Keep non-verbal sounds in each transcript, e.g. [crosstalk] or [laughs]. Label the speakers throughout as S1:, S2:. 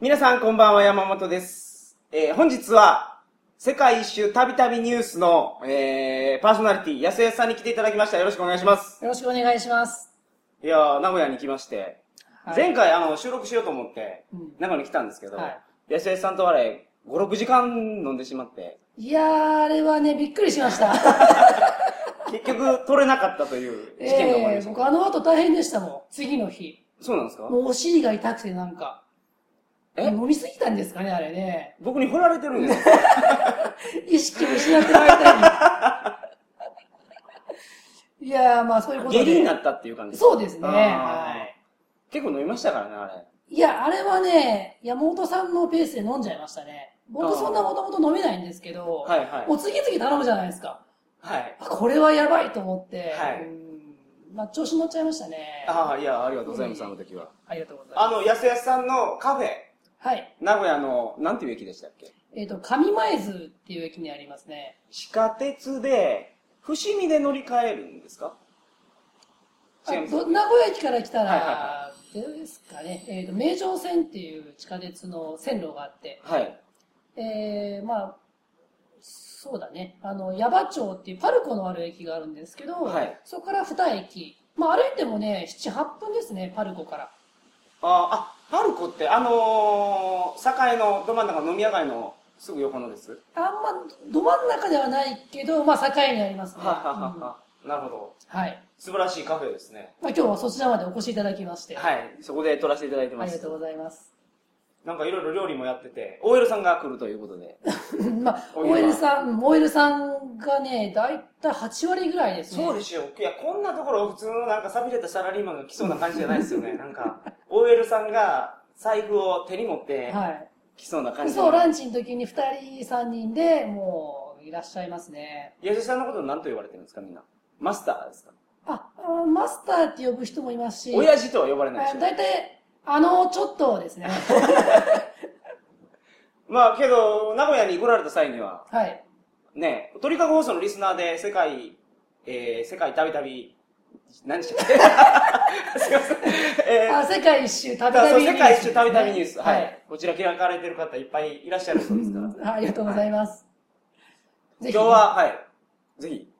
S1: 皆さんこんばんは、山本です。えー本日は、世界一周たびたびニュースの、えーパーソナリティ、安江さんに来ていただきました。よろしくお願いします。
S2: よろしくお願いします。
S1: いやー、名古屋に来まして、
S2: はい
S1: 前回あの、収録しようと思って
S2: うん、
S1: 名古屋に来たんですけど、
S2: はい
S1: 安江さんとあれ、5、6時間飲んでしまって、
S2: いやー、あれはね、びっくりし
S1: [laughs]
S2: ました。
S1: 結局取れなかったという事件が起こり
S2: [laughs] え
S1: ま
S2: ー、
S1: した。
S2: 僕あの後大変でしたもん。次の日。
S1: そうなんですか
S2: もうお尻が痛くてなんか。
S1: え
S2: 飲みすぎたんですかね、あれね。
S1: 僕に掘られてるんですか
S2: 意識を失ってもらいた
S1: [laughs]
S2: い。いやー、まあ [laughs] そういうこと
S1: 下
S2: で。
S1: 痢になったっていう感じ
S2: そうです
S1: あー
S2: ね。はい。
S1: 結構飲みましたからね、あれ。
S2: いや、あれはね、山本さんのペースで飲んじゃいましたね。
S1: あー
S2: 僕そんなもともと飲めないんですけど、
S1: はいはい
S2: もう次々頼むじゃないですか。
S1: はい。
S2: あこれはやばいと思って、
S1: はい
S2: うんまあ、調子乗っちゃいましたね。あ
S1: ああ、いや、ありがとうございます、あの時は。
S2: りがとうござい
S1: あ
S2: ます。
S1: の、安安さんのカフェ、
S2: はい。
S1: 名古屋の、なんていう駅でしたっけ
S2: えっ、と、上前津っていう駅にありますね。
S1: 地下鉄で、伏見で乗り換えるんですか
S2: あ
S1: 違います
S2: ど名古屋駅から来たら、
S1: はいは
S2: ですかね、えっ、と、名城線っていう地下鉄の線路があって、
S1: はい。
S2: えー、まあ、そうだね、あの、矢場町っていうパルコのある駅があるんですけど、
S1: はい
S2: そこから二駅。まあ、歩いてもね、7、8分ですね、パルコから。
S1: あーあ、パルコって、あのー、栄のど真ん中の飲み屋街のすぐ横のです。
S2: あんま、ど真ん中ではないけど、まあ、境にありますね。
S1: はは
S2: うん
S1: はは。なるほど。
S2: はい。
S1: 素晴らしいカフェですね。
S2: まあ、今日はそちらまでお越しいただきまして。
S1: は。い。そこで撮らせていただいて
S2: あ
S1: ま
S2: り
S1: す
S2: が。とうございます。 [laughs]
S1: なんかいろいろ料理もやってて、OL さんが来るということで。
S2: まあ、
S1: お湯は
S2: OL さん、OL さんがね、だいたい8割ぐらいですね。。
S1: そうですしょ。いや、こんなところ普通のなんか寂れたサラリーマンが来そうな感じじゃないです
S2: [laughs]
S1: よね。なんか、OL さんが財布を手に持って
S2: はい。
S1: 来そうな感じ。
S2: そう、ラ
S1: ン
S2: ンチの時に2人、3人でもう、いらっしゃいますね。
S1: 矢島さんのこと何と言われてるんですか、みんな。マスターですか
S2: あ、あマスターって呼ぶ人もいますし、
S1: 親父とは呼ばれないでし
S2: あ
S1: ょ。
S2: だいたい、あの、ちょっ
S1: [laughs]
S2: とですね。
S1: まあ、けど、名古屋に来られた際には、
S2: はい。
S1: ね、鳥かご放送のリスナーで世界、えー、世界たびたび、何で
S2: [laughs]
S1: したっけすいません。えー
S2: あ、世界一周、たび
S1: だから
S2: た
S1: そう
S2: びニュース。
S1: 世界一周たびたびニュース。は
S2: はいい。。
S1: こちら開かれてる方いっぱいいらっしゃるそうですから。
S2: ありがとうございます。ぜひ
S1: 今日は、はい。ぜひ、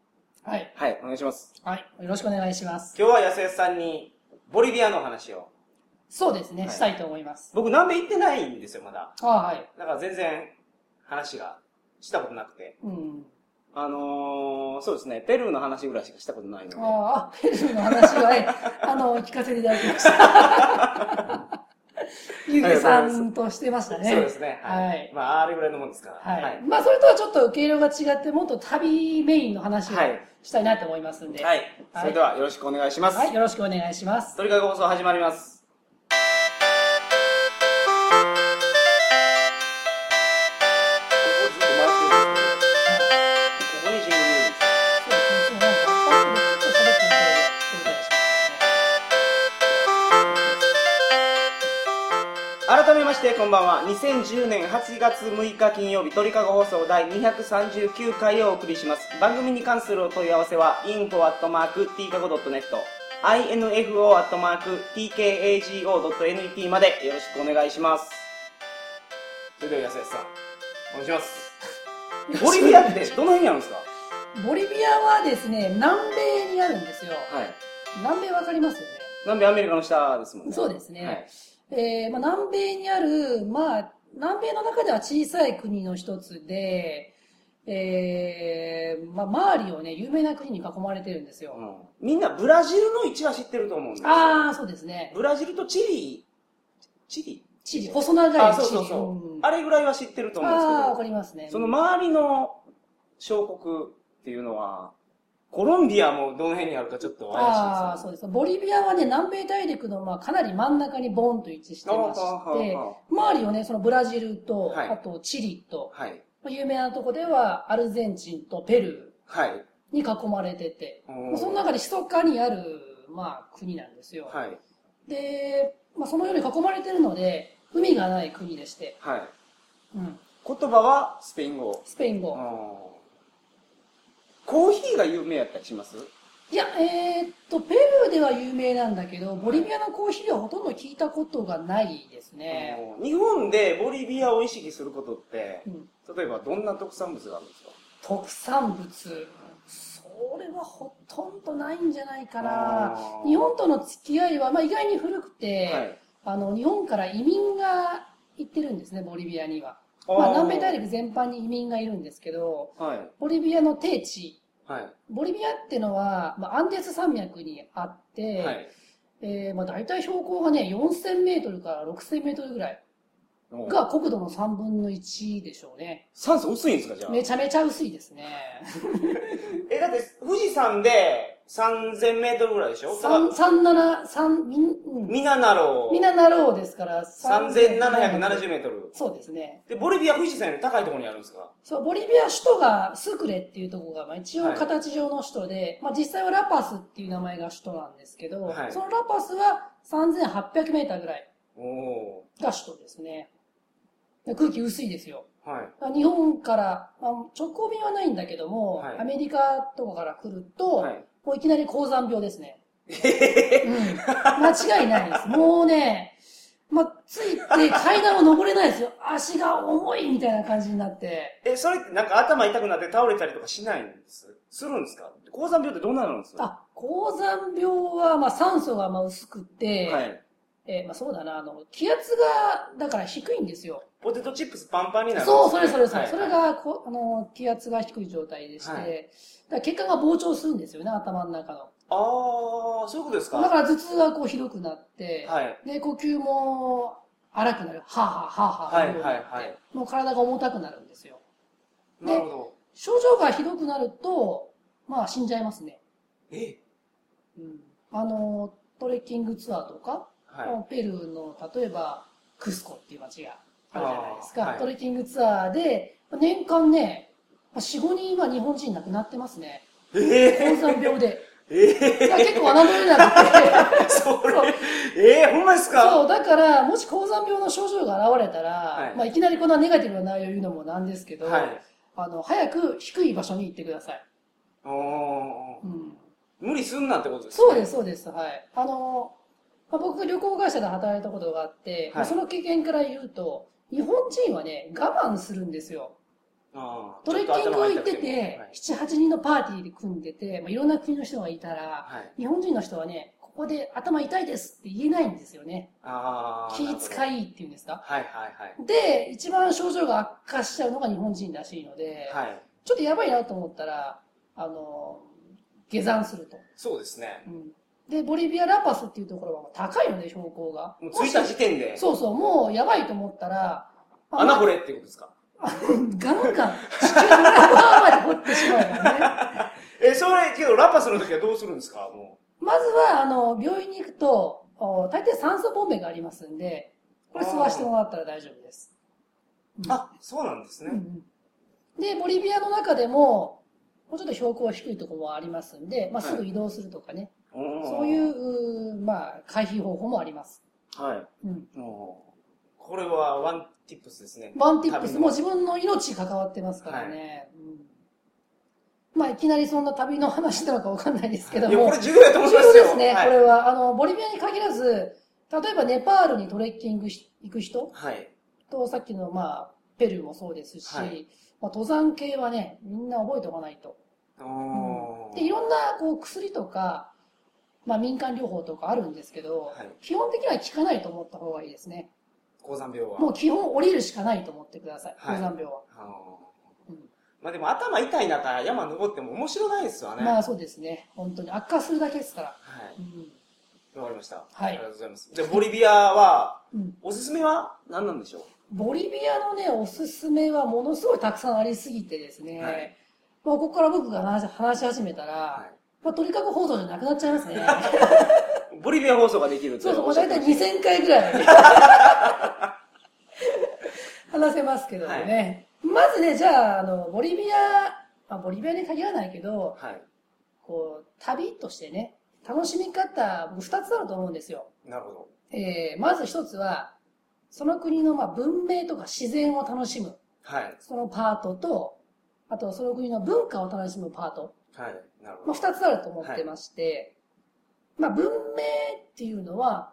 S2: はい。
S1: はい、お願いします。
S2: はい。よろしくお願いします。
S1: 今日は安安さんに、ボリビアのお話を。
S2: そうですね、
S1: はい
S2: したいと思います。
S1: 僕、南米行ってないんですよ、まだ。
S2: あはい。
S1: だから全然、話が、したことなくて。
S2: うん。
S1: あのー、そうですね、ペルーの話ぐらいしかしたことないので。
S2: ああ、ペルーの話は、
S1: [laughs]
S2: はい、あの、聞かせていただきました。
S1: [laughs]
S2: ゆうげさんとしてましたね。
S1: そうですね、はい。
S2: はい
S1: まあ、あれぐらいのもんですから。
S2: はい。まあ、それとはちょっと経路が違って、もっと旅メインの話を
S1: はい
S2: したいなと思いますんで。。
S1: はいいそれでは、よろしくお願いします。
S2: よろしくお願いします。
S1: 鳥かご放送始まります。ここずっと回ってるんですけどここにジングルいるんです
S2: そうですねなんかパッとちょっと喋ってみたいなと思ったりしますね
S1: 改めましてこんばんは2010年8月6日金曜日鳥かご放送第239回をお送りします番組に関するお問い合わせは info.tkago.net info.tkago.net までよろしくお願いしますそれでは安安さんお願いし [laughs] ますボリビアってどの辺にあるんですか
S2: ボリビアはですね、南米にあるんですよ。
S1: はい
S2: 南米わかりますよ
S1: 南米アメリカの下ですもん
S2: ね。
S1: ね
S2: そうですね。
S1: はい
S2: えーまあ、南米にある、まあ、南米の中では小さい国の一つで、えーまあ、周りをね、有名な国に囲まれてるんですよ。
S1: うんみんなブラジルの位置は知ってると思うんですよ
S2: ああ、そうですね。
S1: ブラジルとチリチリ
S2: チリ、細長いチリ。
S1: あ、そうそうそう。
S2: ん
S1: あれぐらいは知ってると思
S2: あーわ
S1: うん
S2: か
S1: です
S2: りますね
S1: け。ど、その周りの小国っていうのは、コロンビアもどの辺にあるかちょっと怪しいですよね。
S2: ああー、そうです。ボリビアはね、南米大陸の、まあ、かなり真ん中にボンと一致してまし
S1: あーはー
S2: て
S1: はーは、
S2: 周りをね、そのブラジルと、
S1: はい
S2: あとチリと、
S1: はい。
S2: まあ有名なとこではアルゼンチンとペル
S1: はい。
S2: ーに囲まれてて、
S1: うん
S2: まあその中で密かにある、まあ、国なんですよ。
S1: はい。
S2: で、まあ、そのように囲まれてるので、海がない国でして、
S1: はい。
S2: うん、
S1: 言葉はスペイン語。
S2: スペイン
S1: うん
S2: 語。
S1: コーヒーが有名やったりします
S2: いや、えーっと、ペルーでは有名なんだけど、ボリビアのコーヒーはほとんど聞いたことがないですね。
S1: あの日本でボリビアを意識することって
S2: う、ん、
S1: 例えばどんな特産物があるんですか
S2: 特産物、それはほとんどないんじゃないかな。
S1: あー
S2: 日本との付き合いは、まあ、意外に古くて、
S1: はい。
S2: あの、日本から移民が行ってるんですね、ボリビアには。
S1: ー
S2: まあ、南米大陸全般に移民がいるんですけど、
S1: はい。
S2: ボリビアの定地、
S1: はい。
S2: ボリビアってのは、まあ、アンデス山脈にあって、
S1: はい。
S2: えーまあ、大体標高がね、4000メートルから6000メートルぐらい
S1: お
S2: が国土の3分の1でしょうね。
S1: 酸素薄いんですか、じゃあ。
S2: めちゃめちゃ薄いですね。
S1: え、だって、富士山で3000メートルぐらいでしょだか
S2: 3、
S1: ら
S2: 三七三みん、うん
S1: みななろう。
S2: みななろうですから、
S1: 3770メートル。
S2: そうですね。
S1: で、ボリビア富士山より高いところにあるんですか
S2: そう、ボリビア首都がスクレっていうところが、まあ、一応
S1: はい
S2: 形上の首都で、まあ実際はラパスっていう名前が首都なんですけど、
S1: はい
S2: そのラパスは3800メーターぐらい
S1: おお
S2: が首都ですね。で空気薄いですよ。
S1: ー。はい。
S2: まあ日本から、まあ、直行便はないんだけども、
S1: はい
S2: アメリカとかから来ると、
S1: はい。
S2: もういきなり高山病ですね。うん、間違いないです。もうね、まあ、ついて階段を登れないですよ。足が重いみたいな感じになって。
S1: え、それってなんか頭痛くなって倒れたりとかしないんですするんですか高山病ってどんなのなんですか
S2: あ、高山病は、まあ、酸素がまあ薄くて、
S1: はい。
S2: えーまあ、そうだな、あの、気圧が、だから低いんですよ。
S1: ポテトチップスパンパンになるんですね。
S2: そう、それそれそれ。
S1: はい
S2: それ。がこ、あの、気圧が低い状態でして、
S1: はい
S2: だから血管が膨張するんですよね、頭の中の。
S1: ああ、そういうことですか
S2: だから頭痛がこうひどくなって、
S1: はい。
S2: で、呼吸も荒くなる。はあ、はあはあはあ
S1: はいはいはい
S2: もう体が重たくなるんですよ。
S1: なるほど。
S2: 症状がひどくなると、まあ死んじゃいますね。
S1: え
S2: うん。あの、トレッキングツアーとか、
S1: は
S2: ペルーの、例えば、クスコっていう街があるじゃないです
S1: あ
S2: か。
S1: ーはい
S2: トレッキングツアーで、年間ね、4、5人は日本人亡くなってますね。
S1: い。え
S2: 高山
S1: [laughs]
S2: 病で。
S1: ー、え
S2: いや結構侮れなくて。
S1: [laughs] ー、それ、えー、ほんまですか
S2: そう、だから、もし高山病の症状が現れたら、
S1: はい
S2: いまあ、いきなりこんなネガティブな内容を言うのもなんですけど、
S1: はい。
S2: あの早く低い場所に行ってください。
S1: おー
S2: うん、
S1: 無理すんなってことですね
S2: そうです、そうです。はい。あの、まあ、僕、旅行会社で働いたことがあって、まあ、その経験から言うと、日本人はね、我慢するんですよ。
S1: あー
S2: トレッキング行ってて、
S1: ち
S2: 7、8人のパーティーで組んでて、まあ、いろんな国の人がいた
S1: ょっと頭が痛くても
S2: ら、
S1: はいはい。
S2: 日本人の人はね、ここで頭痛いですって言えないんですよね。
S1: ああ。
S2: 気
S1: い。
S2: 遣いっていうんですか
S1: はいはい
S2: で、一番症状が悪化しちゃうのが日本人らしいので、
S1: はい。はい。
S2: ちょっとやばいなと思ったら、あの、下山すると。
S1: そうですね。
S2: うんで、ボリビア・ラパスっていうところはもう高いので、標高が。
S1: もう着いた時点
S2: も
S1: で
S2: し、そうそう、もうやばいと思ったら、
S1: 穴掘
S2: れ。
S1: れっていうことですか
S2: ガンガン、地球の裏側まで掘ってしまうからね。
S1: え、それ、けど、ラパスの時はどうするんですかも
S2: まずは、あの、病院に行くと、お大抵酸素ボンベがありますんで、これ吸わしてもらったら大丈夫です。う
S1: う。
S2: ん
S1: あ、そうなんですね。
S2: で、ボリビアの中でも、もうちょっと標高が低いところもありますんで、まあ、
S1: はい
S2: すぐ移動するとかね、
S1: おー
S2: そうい。う、うーまあ、回避方法もあります。
S1: はい。
S2: うん。
S1: おーこれはワンティップスですね。
S2: ワンティップスも
S1: 旅
S2: 自分の命に関わってますからね。うん、まあ、いきなりそんな旅の話なのかわかんないですけど
S1: のいや、こ
S2: も
S1: れ、重要だと思い
S2: 重
S1: ます
S2: 要
S1: よ。
S2: ですね、
S1: はい
S2: これは。あの、ボリビアに限らず、例えばネパールにトレッキングし行く人
S1: はい。
S2: と、さっきの、まあ、ペルーもそうですし、
S1: はい
S2: まあ、登山系はね、みんな覚えておかないと。
S1: おー
S2: でいろんなこう薬とか、まあ、民間療法とかあるんですけど、
S1: はい
S2: 基本的には効かないと思った方がいいですね
S1: 高山病は。
S2: もう基本降りるしかないと思ってください高
S1: はい
S2: 山病は、
S1: あー
S2: うん
S1: まあでも頭痛い中、山登っても面白ないですわね。
S2: ま
S1: は
S2: あそうですね本当に悪化するだけですから、
S1: い。
S2: うん
S1: わかりました。あ
S2: はい
S1: りがとうございます。じゃあ、ボリビアは、
S2: うん
S1: おすすめは何なんでしょう
S2: ボリビアのねおすすめはものすごいたくさんありすぎてですね、
S1: はい
S2: まあ、ここから僕が話し話し始めたら、
S1: は
S2: まあ、鳥かご放送じゃなくなっちゃいますね
S1: ボリビア放送ができると
S2: そうそうも
S1: お
S2: う
S1: っしゃって
S2: 大体
S1: ました
S2: 2000回ぐらいはね話せますけどもね、まずねじゃああのボリビア、まあ、ボリビアに限らないけど
S1: はい。
S2: こう旅としてね楽しみ方僕2つあると思うんですよ、
S1: なるほど。
S2: えーまず1つはその国のまあ文明とか自然を楽しむ
S1: はい。
S2: そのパートとあとその国の文化を楽しむパート
S1: はい。なるほ
S2: まあ、
S1: ど。
S2: 2つあると思ってまして、まあ、文明っていうのは、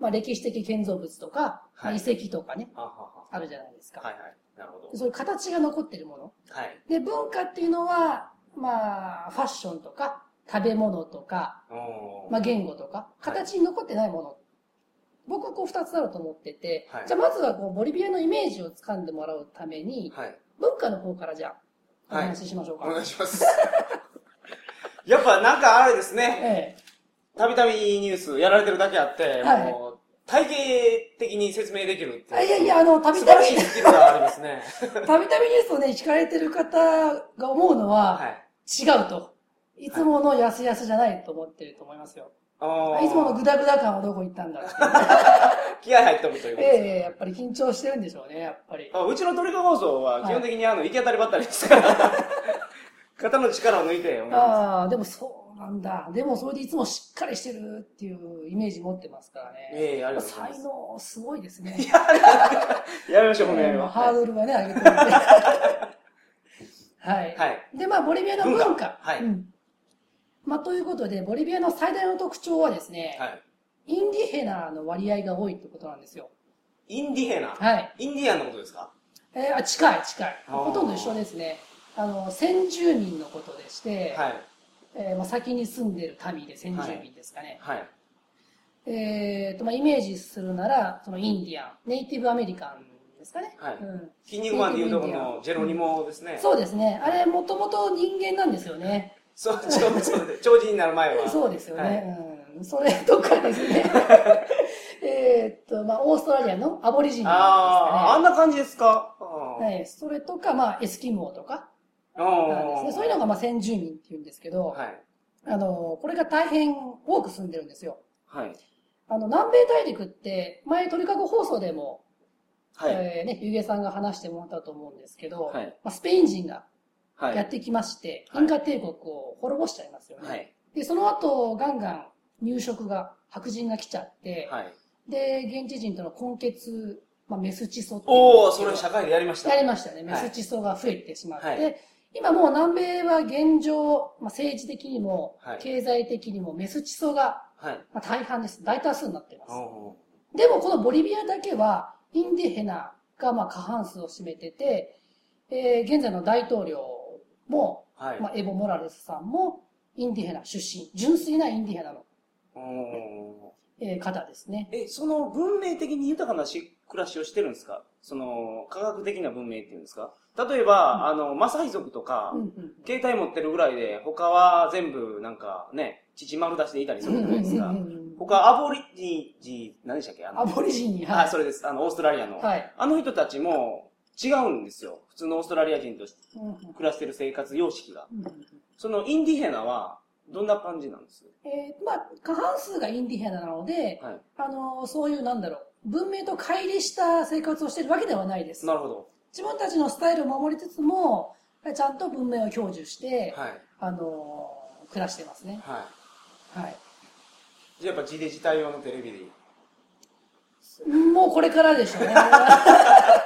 S2: まあ、歴史的建造物とか、まあ
S1: はい
S2: 遺跡とかね、
S1: はは
S2: あるじゃないですか、
S1: は。はいはい。なるほど
S2: で。そういう形が残ってるもの
S1: はい。
S2: で文化っていうのは、まあ、ファッションとか食べ物とか、
S1: おー
S2: まあ、言語とか形に残ってないもの、僕はこう2つあると思ってて、
S1: はい
S2: じゃあまずはこうボリビアのイメージをつかんでもらうために
S1: はい。
S2: 文化の方からじゃあお
S1: はい
S2: 話ししましょうか、
S1: お願いします。 [laughs] やっぱなんかあれですね。
S2: え
S1: たびたびニュースやられてるだけあって、
S2: はい
S1: もう、体系的に説明できるって
S2: え、あ
S1: いう。
S2: いやいやあのたび
S1: 素晴
S2: た
S1: ら
S2: び
S1: しいスキルがありますね。
S2: たびたびニュースをね、聞かれてる方が思うのは、
S1: はい。
S2: 違うと。いつものやすやすじゃないと思ってると思いますよ。
S1: あ
S2: いつものグダグダ感はどこ行ったんだろう
S1: 気合入っとるという
S2: っ
S1: こ
S2: てい
S1: とで
S2: う。
S1: す
S2: ええやっぱり緊張してるんでしょうね、やっぱり。
S1: あうちのトリカ放送は基本的にあの、行き当たりばったりですから、 [laughs] 肩の力を抜いてお願いしま
S2: ああ、でもそうなんだ。でもそれでいつもしっかりしてるっていうイメージ持ってますからね。
S1: す。ええありがとうござい
S2: 才
S1: ま
S2: 能すごいですね。
S1: す。やりましょう、褒め合い
S2: ええ
S1: は。
S2: ハー
S1: は
S2: ドルはね、上
S1: [laughs]
S2: げてみて。はい。
S1: い。
S2: で、まあ、ボリビアの文化。
S1: 文化はい
S2: うんまあ、ということで、ボリビアの最大の特徴はですね、
S1: はい。
S2: インディヘナーの割合が多いってことなんですよ。
S1: インディヘナ。
S2: はい。
S1: インディアンのことですか
S2: えーあ近い近い。
S1: あー
S2: ほとんど一緒ですね。あの、先住民のことでして、
S1: はい。
S2: えーまあ、先に住んでる民で先住民ですかね。
S1: はい。
S2: えーと、まあ、イメージするなら、そのインディアン、ネイティブアメリカンですかね。
S1: はい
S2: うん
S1: 筋肉マンでいうとこのジェロニモですね。
S2: そうですね。あれ、もともと人間なんですよね。
S1: そう、ちょっとそうです長寿になる前は。
S2: そうですよね。
S1: はい
S2: うん。それとかですね。 [laughs] えーっと、まあ、オーストラリアのアボリジニです
S1: ああ、あ
S2: か
S1: んな感じですか
S2: ね。はい。それとか、まあ、エスキモーとかなんです
S1: あ
S2: ね。そういうのが、まあ、先住民っていうんですけど、
S1: はい。
S2: あの、これが大変多く住んでるんですよ。
S1: はい。
S2: あの、南米大陸って、前、鳥かご放送でも、
S1: はい。
S2: えーね、ゆげさんが話してもらったと思うんですけど、
S1: はい。
S2: まあ、スペイン人が
S1: は
S2: やっ
S1: い。
S2: てきまして、
S1: はい
S2: インカ帝国を滅ぼしちゃいますよね。
S1: はい。
S2: で、その後、ガンガン入植が、白人が来ちゃって、
S1: はい。
S2: で、現地人との混血、まあ、メスチソってい
S1: お
S2: う
S1: お、
S2: んです
S1: そ
S2: けど
S1: れ社会でやりました。
S2: やりましたね。メ
S1: はい
S2: スチソが増えてしまって、
S1: は
S2: 今もう南米は現状、まあ、政治的にも
S1: はい、
S2: 経済的にもメスチソが
S1: はい。
S2: まあ大半です。大多数になっていま
S1: お
S2: す。
S1: お
S2: でもこのボリビアだけは、インディヘナがまあ過半数を占めてて、えー現在の大統領も、
S1: ー。はい。
S2: まあ、エボ・モラレスさんも、インディヘナ出身、純粋なインディヘナの、
S1: おお
S2: えー方ですね。
S1: ー。え、その文明的に豊かなし暮らしをしてるんですかその、科学的な文明っていうんですか例えば、あの、マサイ族とか
S2: うん、うん
S1: 携帯持ってるぐらいで、他は全部なんかね、父丸出しでいたりす
S2: うん
S1: るじゃないです
S2: う
S1: か
S2: んう。んうんうん
S1: 他、アボリジジ、何でしたっけあの
S2: アボリジニア。
S1: あ、それです。あの、オーストラリアの。
S2: はい。
S1: あの人たちも違うんですよ。普通のオーストラリア人として
S2: うんうん
S1: 暮らしてる生活様式が。
S2: うんうん
S1: そのインディヘナは、どんな感じなんです
S2: えーまあ、過半数がインディヘナなので、
S1: はい。
S2: あのーそういう、なんだろう、文明と乖離した生活をしてるわけではないです。
S1: なるほど。
S2: 自分たちのスタイルを守りつつも、ちゃんと文明を享受して、
S1: はい。
S2: あのー暮らしてますね。
S1: は。
S2: はい
S1: じゃあやっぱ地デジ対応のテレビでいい。
S2: い。もうこれから
S1: [laughs]
S2: でしょうね。あ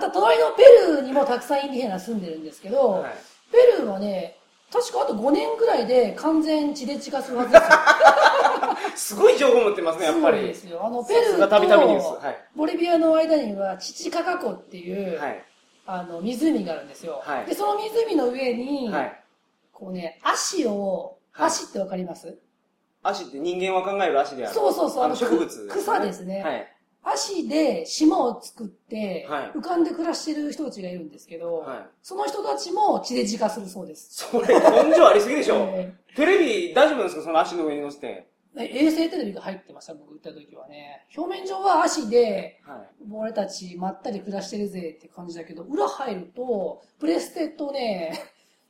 S2: と、隣のペルーにもたくさんインディヘナ住んでるんですけど、
S1: はい。
S2: ペルーはね、確かあと5年ぐらいで完全地で地化するはずです
S1: す
S2: よ。
S1: ごい情報持ってますね、やっぱ
S2: すごい
S1: り
S2: で。すよ。あの、
S1: さ
S2: ペル
S1: す
S2: ー
S1: がたびたびニュース。
S2: と
S1: はい。
S2: ボリビアの間には、チチカカ湖っていう、
S1: はい。
S2: あの、湖があるんですよ。
S1: はい
S2: で、その湖の上に、
S1: はい。
S2: こうね、足を、
S1: はい
S2: 足ってわかります、
S1: 足って人間は考える足である。
S2: そうそうそう、
S1: あの
S2: く
S1: 植物。
S2: 草ですね、
S1: はい。
S2: 足で島を作って、
S1: はい
S2: 浮かんで暮らしてる人たちがいるんですけど、
S1: はい。
S2: その人たちも地デジ化するそうです。
S1: それ、根性ありすぎでしょ。
S2: え
S1: テレビ大丈夫なんですかその足の上に乗せて。
S2: ー衛星テレビが入ってました、僕行った時はね。表面上は足で、
S1: はい。
S2: 俺たちまったり暮らしてるぜって感じだけど、裏入ると、プレステとね、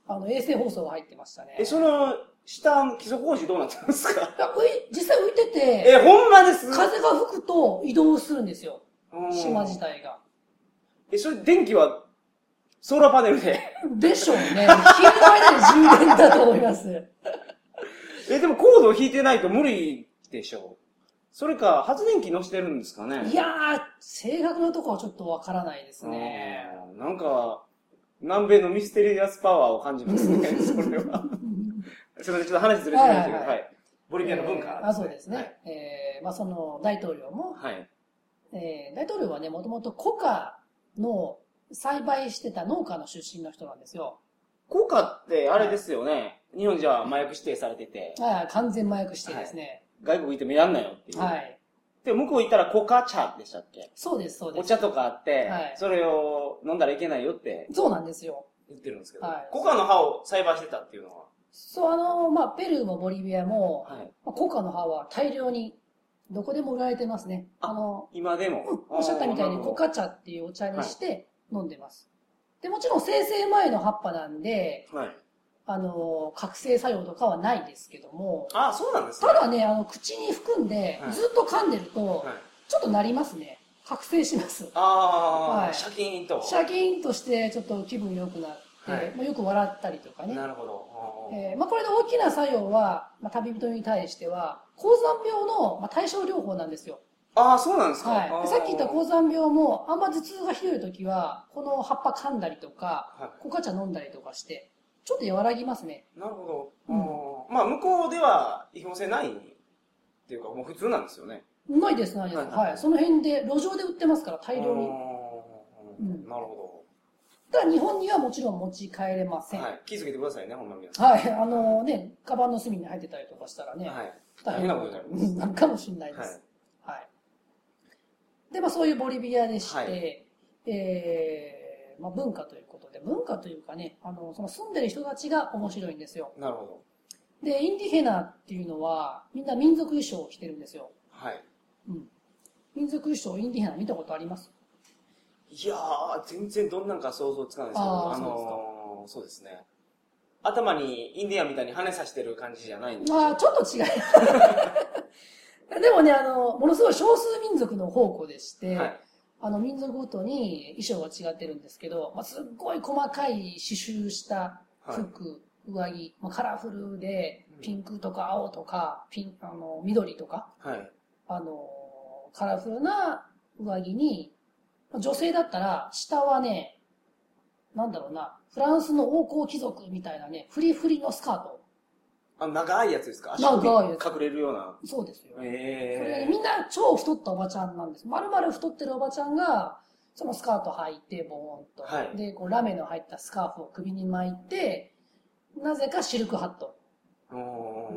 S2: あの衛星放送が入ってましたね。
S1: え、その、下、基礎工事どうなってますか
S2: いや浮い実際浮いてて、
S1: え、ほんまです
S2: 風が吹くと移動するんですよ、
S1: うん
S2: 島自体が。
S1: え、それ電気は、ソーラーパネルで。
S2: でしょうね。昼間で充電だと思います。
S1: え、でもコードを引いてないと無理でしょそれか、発電機乗せてるんですかね
S2: いやー、正確なとこはちょっとわからないですね。
S1: うん
S2: [laughs]
S1: なんか、南米のミステリアスパワーを感じますね、それは。
S3: すみません、ちょっと話ずれてましたけど、
S2: はい
S3: は。
S2: はい
S1: ボリビアの文化、
S2: あそうですね。。えーまあその大統領も、
S3: はい。
S2: えー大統領はね、もともとコカの栽培してた農家の出身の人なんですよ。
S3: 効果って、あれですよね。日本じゃ麻薬指定されてて、
S2: はい、完全麻薬してですね。
S3: 外国行ってもやんなよっていう。
S2: はい。
S3: で、向こう行ったらコカ茶でしたっけ
S2: そうです、そうで
S3: お
S2: す。
S3: 茶とかあって、
S2: はい
S3: それを飲んだらいけないよって。
S2: そうなんですよ。
S1: 言ってるんですけど、
S2: はい
S1: コカの葉を栽培してたっていうのは、
S2: そう、あの、まあ、ペルーもボリビアも、
S3: はい。
S2: まあコカの葉は大量に、どこでも売られてますね。
S3: あ
S2: あの、
S3: 今でも。
S2: おっしゃったみたいにコ
S3: カ
S2: カ茶っていうお茶にして飲んでます。で、もちろん生成前の葉っぱなんで、
S3: はい。
S2: あの、覚醒作用とかはないですけども、
S1: ああ、そうなんです
S2: ただね、あの、口に含んで
S1: はい、
S2: ずっと噛んでると
S1: は、い、
S2: ちょっとなりますね。覚醒
S1: [laughs]
S2: します。
S1: ああ、
S2: はい
S1: シャキーンと。
S2: シャキーンとして、ちょっと気分良くなって、
S1: はい
S2: まあよく笑ったりとかね。
S1: なるほど。うんうん
S2: えーまあ、これの大きな作用は、まあ、旅人に対しては、高山病の、まあ、対症療法なんですよ。
S3: ああ、そうなんですか。
S2: はい。でさっき言った高
S3: 座。
S2: 山病も、あんま頭痛がひどい時は、この葉っぱ噛んだりとか、
S1: は
S2: コカ茶飲んだりとかして、ちょっと和らぎますね。
S1: い。なるほ
S2: う
S1: ど。うんまあ、向こうでは違法性ないっていうか、もう普通なんですよね。
S2: ないです、ないです。
S1: はいはい
S2: はい。その辺で、路上で売ってますから、大量に。
S1: うん
S2: うん
S1: なるほ
S2: ただ、日本にはもちろん持ち帰れませ
S1: ど。
S2: ん。
S1: は
S2: はい。
S1: い。気づけてくださいね、ほんま皆さん。
S2: あのね、カバンの隅に入ってたりとかしたらね、
S1: はい。
S2: 大
S1: 大変
S2: 変な
S1: な
S2: こ
S1: ことと
S2: に
S1: に
S2: な
S1: なりま
S2: るんです
S1: す。
S2: なんかもしれないで
S1: はい
S2: す。はい。で、まあそういうボリビアでして、
S1: は
S2: えーまあ文化ということで、文化というかね、あの、その住んでる人たちが面白いんですよ。
S1: なるほど。
S2: で、インディヘナっていうのは、みんな民族衣装を着てるんですよ。
S1: はい。
S2: うん。民族衣装、インディヘナ見たことあります
S1: いやー、全然どんなんか想像つかないですけ
S2: あ
S1: ど、
S2: ー
S1: あのー、そうですね。頭にインディアンみたいに羽さしてる感じじゃないんですよ
S2: まあ、ちょっと違い。 [laughs] でもね、あの、ものすごい少数民族の宝庫でして、
S1: はい。
S2: あの民族ごとに衣装が違ってるんですけど、まあ、すっごい細かい刺繍した服、上着、まあ、カラフルで
S1: うん
S2: ピンクとか青とかピンあの緑とか
S1: はい。
S2: あのカラフルな上着にまあ女性だったら下はねなんだろうなフランスの王侯貴族みたいなねフリフリのスカート
S1: あ長いやつですか足
S2: 長
S1: 首
S2: いやつ
S1: 隠れるような。
S2: そうですよ、それで
S1: え
S2: みんな超太ったおばちゃんなんです。丸々太ってるおばちゃんが、そのスカート履いて、ボーンと。
S1: はい
S2: で、こう、ラメの入ったスカーフを首に巻いて、なぜかシルクハット。
S1: ーお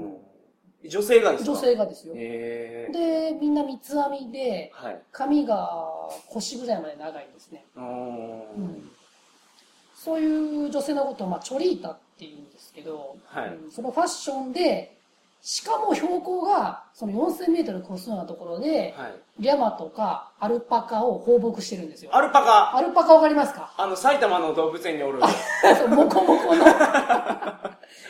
S1: ー女性がですか
S2: 女性がですよ。
S1: えー
S2: で、みんな三つ編みで、
S1: はい。
S2: 髪が腰ぐらいまで長いんですね。
S1: おー
S2: うんそういう女性のことを、まあ、チョリータって言うんですけど、
S1: はい
S2: うんそのファッションで、しかも標高が、その4000メートル越すようなところで、
S1: はい。
S2: リャマとかアルパカを放牧してるんですよ。
S1: アルパカ。
S2: アルパカわかりますか
S1: あの、埼玉の動物園におる。はい、
S2: そうモコモコの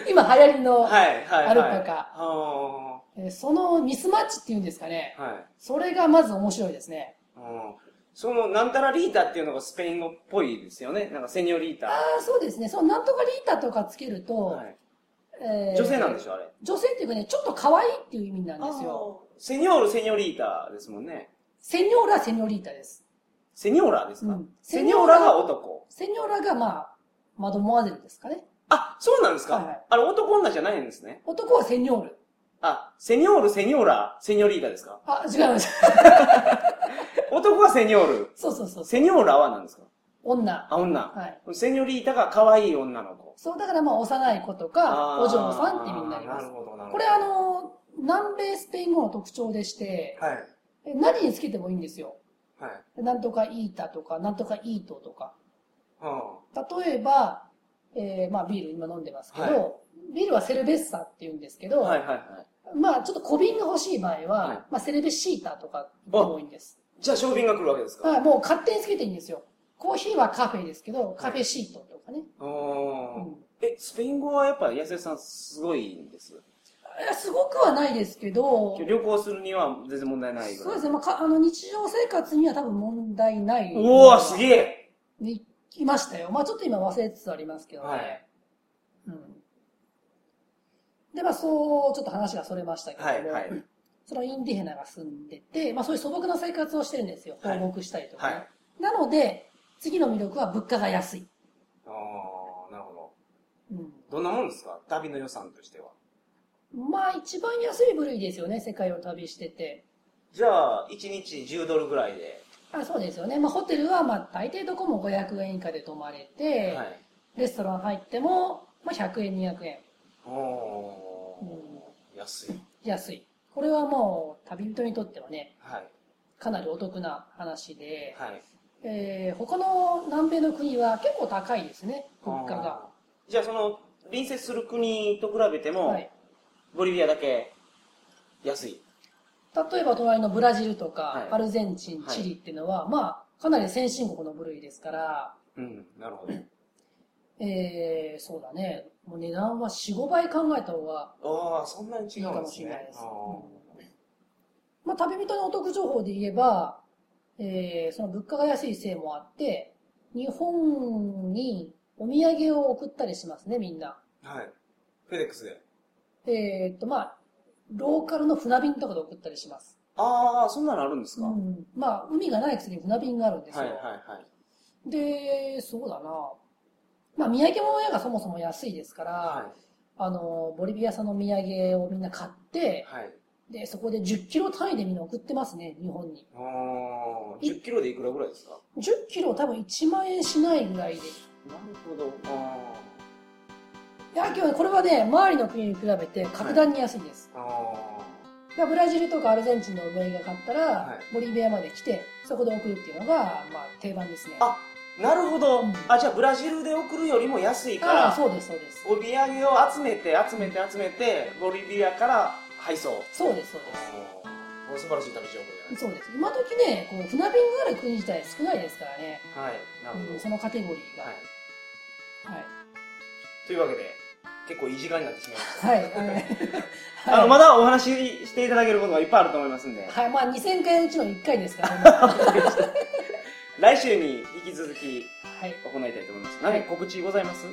S2: 今流行りの、
S1: はい、はい。
S2: アルパカ
S1: あー
S2: えーそのミスマッチっていうんですかね
S1: はい。
S2: それがまず面白いですね
S1: うんその、なんたらリータっていうのがスペイン語っぽいですよね。なんか、セニョリー
S2: あ
S1: タ。
S2: あそうですねそのなんとかリータとかつけると、
S1: はい
S2: えー
S1: 女性なんでしょ、あれ。
S2: 女性っていうかねちょっと可愛いっていう意味なんですよ
S1: セニョール、セニョリータですもんね。
S2: セニョーラセニョリータです
S1: セニョーラですか、
S2: うん
S1: セニョーラが男。
S2: セニョーラがまあマドモアゼルですかね
S1: あ、そうなんですか、
S2: はいはい
S1: あれ、男女じゃないんですね。
S2: 男はセニョール
S1: あ、セニョール、セニョーラ、セニョリータですか
S2: あ違います
S1: 男はセニョール。
S2: [laughs] そうそうそう
S1: セニョーラは何ですか
S2: 女
S1: あ、女。
S2: はい
S1: セニョリータが可愛い女の子。
S2: そうだからまあ幼い子とかお嬢さんって意味になります
S1: なるほど、なるほど。
S2: これあ、の、南米スペイン語の特徴でして、
S1: はい。
S2: え何につけてもいいんですよ。
S1: はい。
S2: なんとかイータとか、なんとかイートとか。
S1: は
S2: 例えば、えーまあビール今飲んでますけど、
S1: は
S2: ビールはセルベッサって言うんですけど、
S1: あ、はいはいはい。
S2: まあちょっと小瓶が欲しい場合は、
S1: はい
S2: まあセルベシータとか言ってもいいんです。
S1: じゃあ、小瓶が来るわけですか
S2: はい、もう勝手につけていいんですよ。コーヒーはカフェですけど、カフェシートとかね。
S1: お
S2: う
S1: ー
S2: ん
S1: え、スペイン語はやっぱ安江さんすごいんです。
S2: いやすごくはないですけど、
S1: 旅行するには全然問題ないぐらい。
S2: そうですね、まあか、あの日常生活には多分問題ない。
S1: うおー、すげえ
S2: に来ましたよ。まあちょっと今忘れつつありますけどね。
S1: はい
S2: うん。で、まあそう、ちょっと話がそれましたけども、
S1: はいはい。
S2: そのインディヘナが住んでて、まあそういう素朴な生活をしてるんですよ。放
S1: はい
S2: 牧したりとか、ね
S1: はい
S2: なので、次の魅力は物価が安い。
S1: あー、なるほど。
S2: うん。
S1: どんなもんですか旅の予算としては。
S2: まあ一番安い部類ですよね、世界を旅してて。
S4: じゃあ、1日10ドルぐらいで。
S2: あそうですよね。まあホテルはまあ大抵どこも500円以下で泊まれて、
S4: はい。
S2: レストラン入っても、まあ、100円、200円。
S4: おー。安い。
S2: 安い。これはもう旅人にとってはね、
S4: はい。
S2: かなりお得な話で、
S4: はい。
S2: えー他の南米の国は結構高いですね、物価が。
S4: あー。じゃあ、その、隣接する国と比べても、
S2: はい、
S4: ボリビアだけ安い。
S2: 例えば隣のブラジルとか、
S4: はい
S2: アルゼンチン、
S4: はい
S2: チリっていうのは、まあ、かなり先進国の部類ですから、
S4: うん、なるほど。
S2: えーそうだね、もう値段は4、5倍考えた方が、
S4: ああ、そんなに違うんです
S2: いいかもしれない
S4: ね
S2: で。す
S4: あー
S2: まあ、旅人のお得情報で言えば、えーその物価が安いせいもあって、日本にお土産を送ったりしますね、みんな。
S4: はい。フェデックスで。
S2: えーっと、まあ、ローカルの船便とかで送ったりします。
S4: ああ、そんなのあるんですか、
S2: う
S4: はい
S2: ん、まあ、海がないくせに船便があるんですよ。
S4: はいはい。
S2: で、そうだな。まあ、土産物屋がそもそも安いですから、
S4: は
S2: あの、ボリビア産の土産をみんな買っ
S4: い。
S2: て、
S4: はい。
S2: で、そこで10キロ単位でみんな送ってますね、日本に。
S4: ああ、10キロでいくらぐらいですか
S2: 10キロ多分1万円しないぐらいで。い
S4: なるほど。あ
S2: や、今日これはね、周りの国に比べて格段に安いです。
S4: あ。あ
S2: だからブラジルとかアルゼンチンのお土産が買ったら、
S4: はい
S2: ボリビアまで来て、そこで送るっていうのが、まあ、定番ですね。
S4: ああ。なるほど
S2: うん。
S4: あ、じゃあブラジルで送るよりも安いか
S2: ああ、
S4: ら、
S2: そうです、そうです。
S4: お土産を集めて、集めて、集めて、ボリビアから配送。
S2: そうです、そうです。
S4: あー素晴らしい旅情報じゃないです
S2: そうです。今時ね、こう、船便がある国自体少ないですからね。
S4: か。はい。なるほど。
S2: うんそのカテゴリーが。
S4: はい。
S2: はい。
S4: というわけで、結構いい時間になってしまいました。
S2: はい。
S4: [laughs]
S1: あ
S2: はい。
S1: の、まだお話ししていただけることがいっぱいあると思いますんで、
S2: はい。まあ、2000回のうちの1回ですから
S1: [laughs]
S2: ね。は
S1: 来週に引き続き
S2: い。
S1: 行いたいと思います。何か告知ございます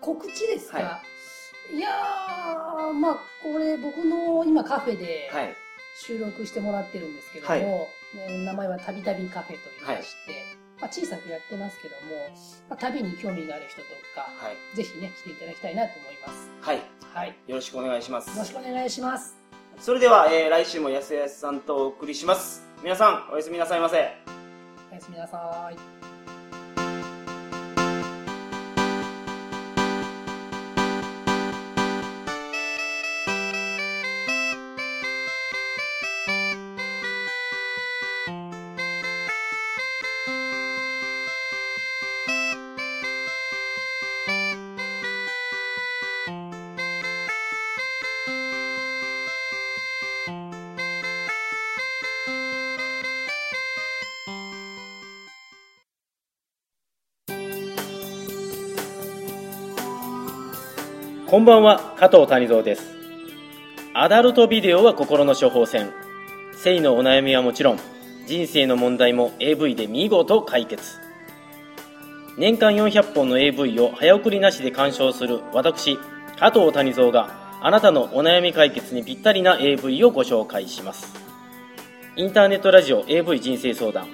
S2: 告知ですか、、
S1: はい
S2: やー、まあ、これ僕の今カフェで
S1: はい。
S2: 収録してもらってるんですけども、
S1: はい
S2: ね名前はたびたびカフェと言いまして、まあ、小さくやってますけども、まあ、旅に興味がある人とか、
S1: はい。
S2: ぜひね、来ていただきたいなと思います。
S1: はい。
S2: はい。よ
S1: よろしくお願いします。
S2: ろしくお願いします。
S1: それでは、えー来週もやすやすさんとお送りします。皆さん、おやすみなさいませ。
S2: おやすみなさい。
S5: こんばんは、加藤谷蔵です。アダルトビデオは心の処方箋。性のお悩みはもちろん、人生の問題も AV で見事解決。年間400本の AV を早送りなしで鑑賞する私、加藤谷蔵があなたのお悩み解決にぴったりな AV をご紹介します。インターネットラジオ AV 人生相談。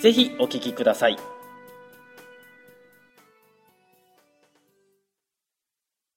S5: ぜひお聞きください。